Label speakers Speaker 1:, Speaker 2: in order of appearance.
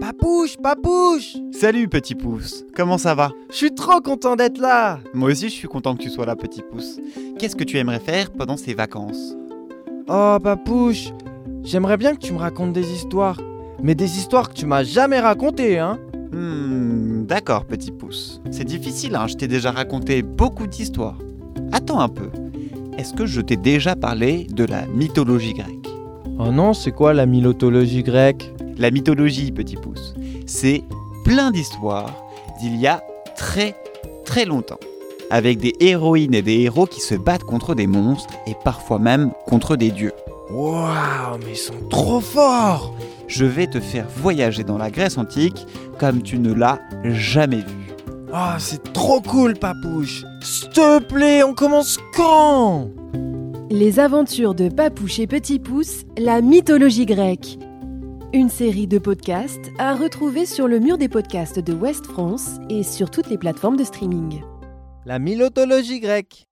Speaker 1: Papouche, papouche
Speaker 2: Salut petit pouce, comment ça va
Speaker 1: Je suis trop content d'être là
Speaker 2: Moi aussi je suis content que tu sois là petit pouce. Qu'est-ce que tu aimerais faire pendant ces vacances
Speaker 1: Oh, papouche J'aimerais bien que tu me racontes des histoires. Mais des histoires que tu m'as jamais racontées, hein
Speaker 2: Hmm, d'accord petit pouce. C'est difficile, hein, je t'ai déjà raconté beaucoup d'histoires. Attends un peu. Est-ce que je t'ai déjà parlé de la mythologie grecque
Speaker 1: Oh non, c'est quoi la milotologie grecque
Speaker 2: La mythologie, petit pouce, c'est plein d'histoires d'il y a très très longtemps. Avec des héroïnes et des héros qui se battent contre des monstres et parfois même contre des dieux.
Speaker 1: Waouh, mais ils sont trop forts
Speaker 2: Je vais te faire voyager dans la Grèce antique comme tu ne l'as jamais vu.
Speaker 1: Oh, c'est trop cool, papouche S'il te plaît, on commence quand
Speaker 3: Les aventures de Papouche et Petit Pouce, la mythologie grecque. Une série de podcasts à retrouver sur le mur des podcasts de West France et sur toutes les plateformes de streaming.
Speaker 1: La milotologie grecque